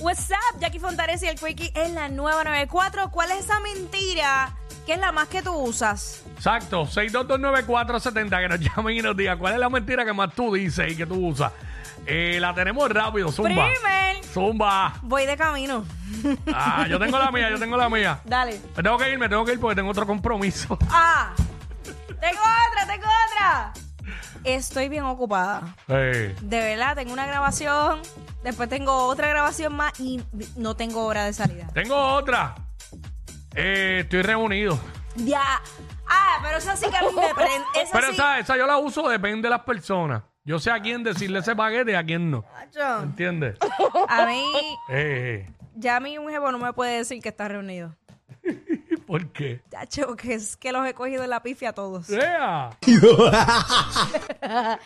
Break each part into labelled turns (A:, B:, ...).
A: What's up, Jackie Fontanes y el Quickie en la nueva 94. ¿Cuál es esa mentira que es la más que tú usas?
B: Exacto, 6229470, que nos llamen y nos digan cuál es la mentira que más tú dices y que tú usas. Eh, la tenemos rápido, Zumba.
A: Primer.
B: Zumba.
A: Voy de camino.
B: Ah, yo tengo la mía, yo tengo la mía.
A: Dale.
B: Me tengo que ir, me tengo que ir porque tengo otro compromiso.
A: Ah, tengo otra, tengo otra. Estoy bien ocupada.
B: Eh,
A: De verdad, tengo una grabación. Después tengo otra grabación más y no tengo hora de salida.
B: tengo otra. Eh, estoy reunido.
A: Ya. Ah, pero esa sí que a mí me prende. Esa
B: Pero
A: sí.
B: esa, esa yo la uso, depende de las personas. Yo sé a quién decirle ese paquete y a quién no.
A: macho,
B: ¿Entiendes?
A: A mí,
B: Eh,
A: ya a mí un jevo no me puede decir que está reunido.
B: eh, ¿Por qué?
A: Chacho, que es que los he cogido en la pifia a todos.
B: Sea.
A: Hacho, Ah,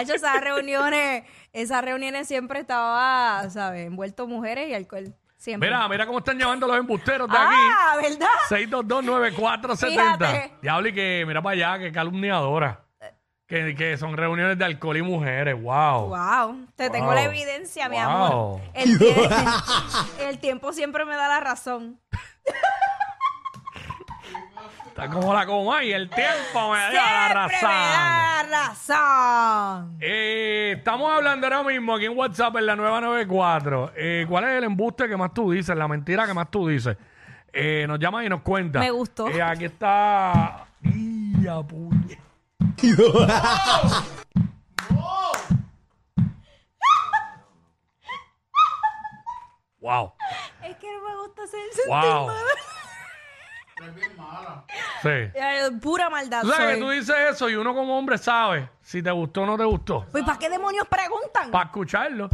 A: esas reuniones, esas reuniones siempre estaba, ¿sabes? Envuelto mujeres y alcohol. Siempre.
B: Mira, mira cómo están llevando los embusteros de aquí.
A: ah, ¿verdad?
B: 6229470.
A: Fíjate.
B: Diablo, y que mira para allá, que calumniadora. Que, que son reuniones de alcohol y mujeres, wow.
A: Wow, te tengo
B: Wow.
A: la evidencia, mi
B: Wow.
A: amor. El, tie- el tiempo siempre me da la razón.
B: Está como la coma y el tiempo me da la
A: Siempre me
B: razón.
A: da la razón.
B: Eh, estamos hablando ahora mismo aquí en WhatsApp en la 994. Eh, ¿Cuál es el embuste que más tú dices? La mentira que más tú dices. Eh, nos llaman y nos cuentan.
A: Me gustó.
B: Eh, aquí está. ¡Ya, puñe! ¡Wow!
A: Es que no me gusta hacer
B: Wow.
A: sentir mal.
B: Sí.
A: Eh, Pura maldad
B: O sea, que
A: soy.
B: tú dices eso y uno como hombre sabe si te gustó o no te gustó.
A: Pues, ¿para qué demonios preguntan?
B: Para escucharlo.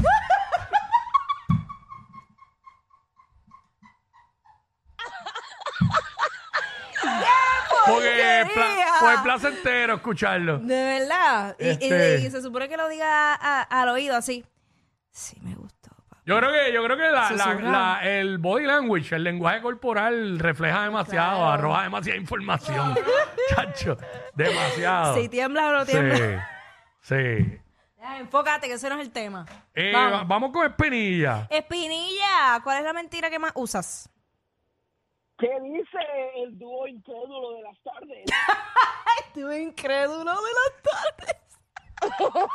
B: Porque es pla-
A: porquería!
B: pues es placentero escucharlo.
A: De verdad. Y- y-
B: Este-
A: Y, se supone que lo diga a- al oído así. Sí, me gustó. papá.
B: Yo creo que, yo creo que la- la-
A: Susurrado.
B: la- el body language, el lenguaje corporal refleja demasiado,
A: Claro.
B: arroja demasiada información. Chacho, demasiado.
A: Si tiembla o no
B: Ah. sí,
A: tiembla.
B: sí.
A: Ya, enfócate, que ese no es el tema.
B: Eh,
A: Vamos.
B: va- vamos con Espinilla.
A: Espinilla, ¿cuál es la mentira que más usas?
C: ¿Qué dice el dúo incrédulo de las tardes?
A: Estuve incrédulo de las tardes.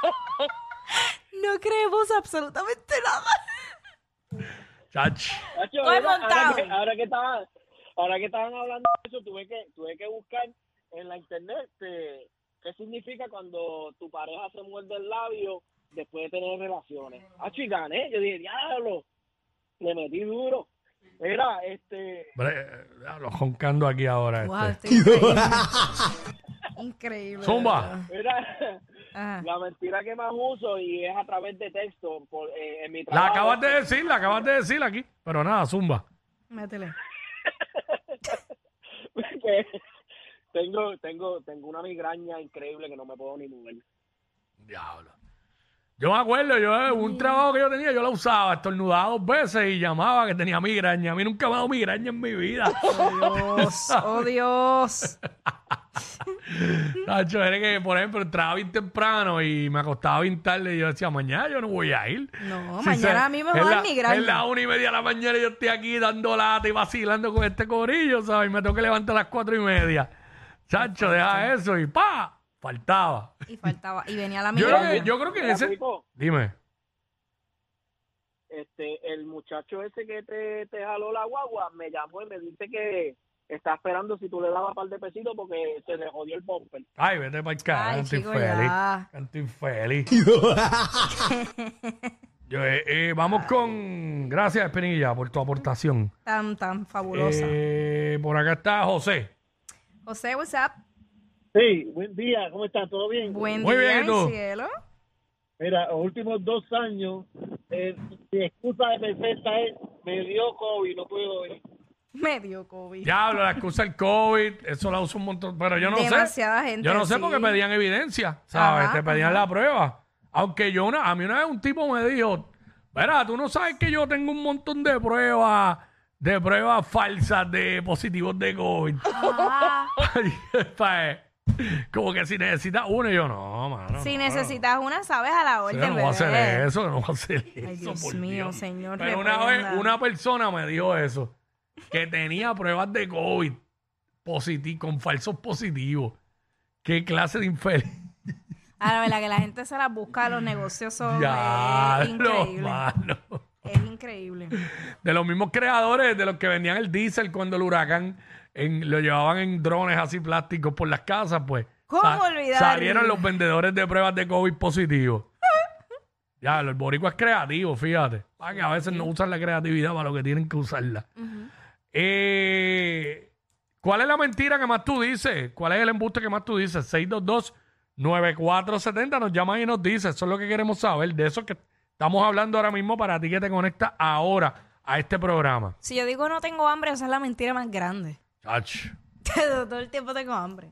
A: no creemos absolutamente nada.
B: Chacho.
C: Nacho,
A: Estoy
C: ahora-
A: montado.
C: Ahora que, ahora que estaban, ahora que estaban hablando de eso, tuve que, tuve que buscar en la internet eh, qué significa cuando tu pareja se muerde el labio después de tener relaciones. Ah, y gané. Yo dije, diablo, le metí duro. Era, este,
B: Hombre, eh, Los joncando aquí ahora.
A: Wow,
B: este.
A: estoy increíble. increíble. de
B: Zumba.
A: verdad.
C: era
A: Ajá.
C: la mentira que más uso y es a través de texto por, eh, en mi
B: La
C: trabajo.
B: acabas de decir, la acabas de decir aquí. Pero nada, zumba.
A: Métele.
C: Porque tengo, tengo, tengo una migraña increíble que no me puedo ni mover.
B: Diablo. Yo me acuerdo, yo eh, un trabajo que yo tenía, yo la usaba, estornudaba dos veces y llamaba que tenía migraña. A mí nunca me ha dado migraña en mi vida.
A: Oh Dios, oh Dios.
B: Nacho, era que, por ejemplo, entraba bien temprano y me acostaba bien tarde y yo decía, mañana yo no voy a ir.
A: No, mañana a mí me va a
B: es
A: dar
B: la-
A: migraña.
B: Es la una y media de la mañana y yo estoy aquí dando lata y vacilando con este corillo, ¿sabes? Y me tengo que levantar a las cuatro y media. Chacho, deja eso y ¡pa! Faltaba.
A: Y faltaba, y venía la
B: Yo creo que,
A: migraña.
B: yo creo que en
C: Mira,
B: ese...
C: Pipo,
B: Dime.
C: este, el muchacho ese que te, te jaló la guagua me llamó y me dice que está esperando si tú le dabas un par de pesitos porque se le jodió el bumper.
B: Ay, vete para el
A: Ay,
B: carajo, canto
A: chico,
B: infeliz.
A: ya.
B: Canto infeliz. Yo, eh, eh, vamos con... Gracias, Espinilla, por tu aportación.
A: Tan, tan fabulosa.
B: Eh, por acá está José.
A: José, what's up?
D: Sí, buen día, ¿cómo están? ¿Todo bien?
A: Buen
B: Muy
A: día,
B: bien, ¿y tú?
A: mi cielo.
D: Mira, los últimos dos años, eh, mi excusa de perfecta es, me dio COVID, no puedo ir.
A: Me dio COVID.
B: Diablo, la excusa del COVID, eso la usa un montón, pero yo no
A: Demasiada
B: sé.
A: gente,
B: Yo no sé
A: sí.
B: porque pedían evidencia, ¿sabes?
A: Ajá,
B: Te pedían
A: ajá.
B: la prueba. Aunque yo una, a mí una vez un tipo me dijo, verá, tú no sabes que yo tengo un montón de pruebas, de pruebas falsas de positivos de COVID.
A: Ah,
B: Ay, ¿sabes? eh. Como que si necesitas uno, y yo no, mano.
A: Si
B: no,
A: necesitas una, sabes a la
B: no,
A: orden,
B: yo no voy a hacer
A: bebé.
B: eso, yo no voy a hacer eso.
A: Ay, Dios
B: por
A: mío, señor,
B: Pero una vez,
A: reprenda.
B: una persona me dijo eso, que tenía pruebas de COVID positi- con falsos positivos. ¿Qué clase de infeliz?
A: A la verdad que la gente se las busca a los negocios. son-
B: Ya,
A: es increíble.
B: mano.
A: Es increíble.
B: De los mismos creadores de los que vendían el diésel cuando el huracán en- lo llevaban en drones así plásticos por las casas, pues.
A: ¿Cómo olvidar?
B: Salieron los vendedores de pruebas de COVID positivos. ya, el boricua es creativo, fíjate. Ah, que a veces no usan la creatividad para lo que tienen que usarla. Eh, ¿Cuál es la mentira que más tú dices? ¿Cuál es el embuste que más tú dices? 622-9470 nos llaman y nos dice. Eso es lo que queremos saber. De eso que estamos hablando ahora mismo para ti que te conectas ahora a este programa.
A: Si yo digo no tengo hambre, esa es la mentira más grande.
B: Ach.
A: Todo el tiempo tengo hambre.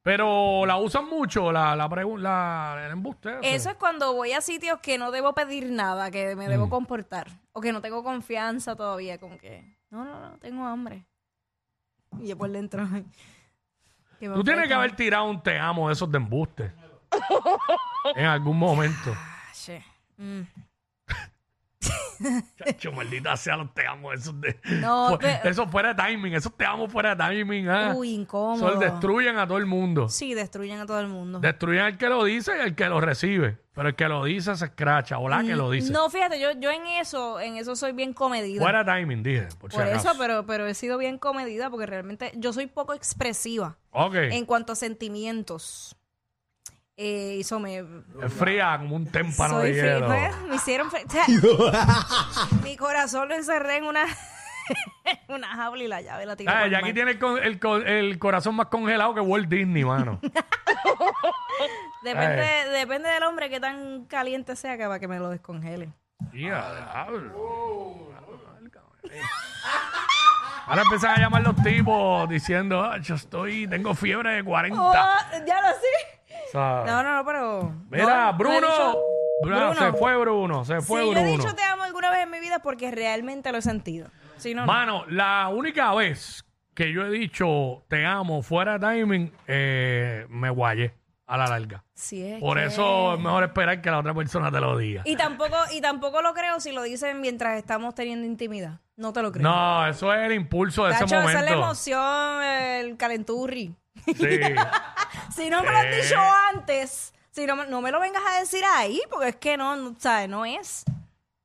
B: Pero la usan mucho, la, la, pregu- la- el embuste. ese.
A: Eso es cuando voy a sitios que no debo pedir nada, que me
B: Mm.
A: debo comportar. O que no tengo confianza todavía, como que, no, no, no, tengo hambre. Y yo por dentro. ay, que me
B: Tú tienes que
A: apesta.
B: haber tirado un te amo de esos de embuste. en algún momento.
A: Ah, che. Mm.
B: Chacho, maldita sea los te amo esos de.
A: No,
B: fu-
A: pe-
B: Eso fuera de timing, esos te amo fuera de timing. Ah.
A: Uy,
B: Eso
A: incómodo.
B: destruyen a todo el mundo.
A: sí, destruyen a todo el mundo.
B: Destruyen al que lo dice y al que lo recibe. Pero el que lo dice se escracha. O la que lo dice.
A: Mm, No, fíjate, yo, yo en eso, en eso soy bien comedida.
B: Fuera de timing, dije. Por, si
A: por eso,
B: acaso.
A: pero, pero he sido bien comedida porque realmente yo soy poco expresiva
B: Ok.
A: en cuanto a sentimientos. Eh, y eso me,
B: Es fría como un témpano
A: Soy
B: de
A: fri-
B: hielo.
A: pues, me hicieron fri- o sea, mi corazón lo encerré en una en una jaula y la llave la tiré. por
B: Ah,
A: el
B: Jackie
A: mar.
B: tiene el, con- el co- el corazón más congelado que Walt Disney, mano.
A: Depende,
B: Ah, eh.
A: depende del hombre que tan caliente sea que para que me lo descongele.
B: Tía, diablo. Ahora empiezan a llamar los tipos diciendo, "Ah, yo estoy, tengo fiebre de 40.
A: ya lo sí. Oh.
B: ¿sabes?
A: No, no, no, pero.
B: Mira,
A: no, no he
B: Bruno,
A: dicho-
B: Bra-
A: Bruno.
B: Se fue Bruno, se fue
A: si yo he
B: Bruno.
A: dicho te amo alguna vez en mi vida porque realmente lo he sentido. Si no, no.
B: Mano, la única vez que yo he dicho te amo fuera de timing, eh, me guayé a la larga.
A: Si es
B: Por
A: que-
B: eso es mejor esperar que la otra persona te lo diga.
A: Y tampoco, y tampoco lo creo si lo dicen mientras estamos teniendo intimidad. No te lo creo.
B: No, eso es el impulso de ese
A: Tacho, esa es la
B: momento.
A: emoción, el calenturri.
B: Sí.
A: Si no me lo has
B: Sí.
A: dicho antes, si no, me- no me lo vengas a decir ahí, porque es que no, no ¿sabes? No es.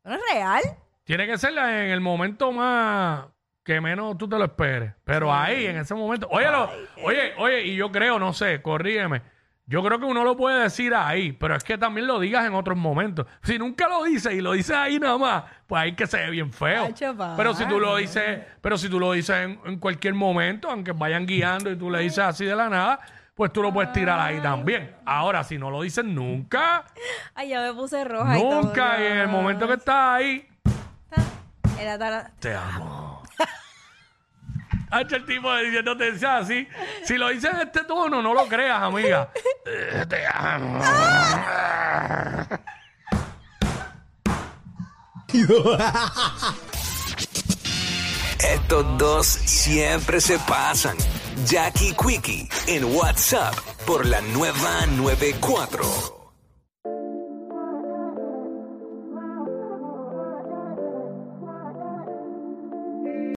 A: No es real.
B: Tiene que ser la- en el momento más que menos tú te lo esperes. Pero ahí, en ese momento. Oye, lo- oye, oye, y yo creo, no sé, corrígeme. Yo creo que uno lo puede decir ahí, pero es que también lo digas en otros momentos. Si nunca lo dices y lo dices ahí nada más, pues ahí que se ve bien feo.
A: Ay, chaval.
B: Pero si tú lo dices, pero si tú lo dices en, en cualquier momento, aunque vayan guiando y tú le dices así de la nada, pues tú lo puedes tirar ahí también. Ahora, si no lo dices nunca,
A: Ay, ya me puse roja. y todo,
B: nunca, y en el
A: ya.
B: momento que estás ahí,
A: Era tara-
B: te amo. Hacho el tipo diciéndote ya así. Si lo dices en este tono, no lo creas, amiga. Eh, te amo. Ah.
E: Estos dos siempre se pasan. Jackie Quickie en WhatsApp por la nueva 94.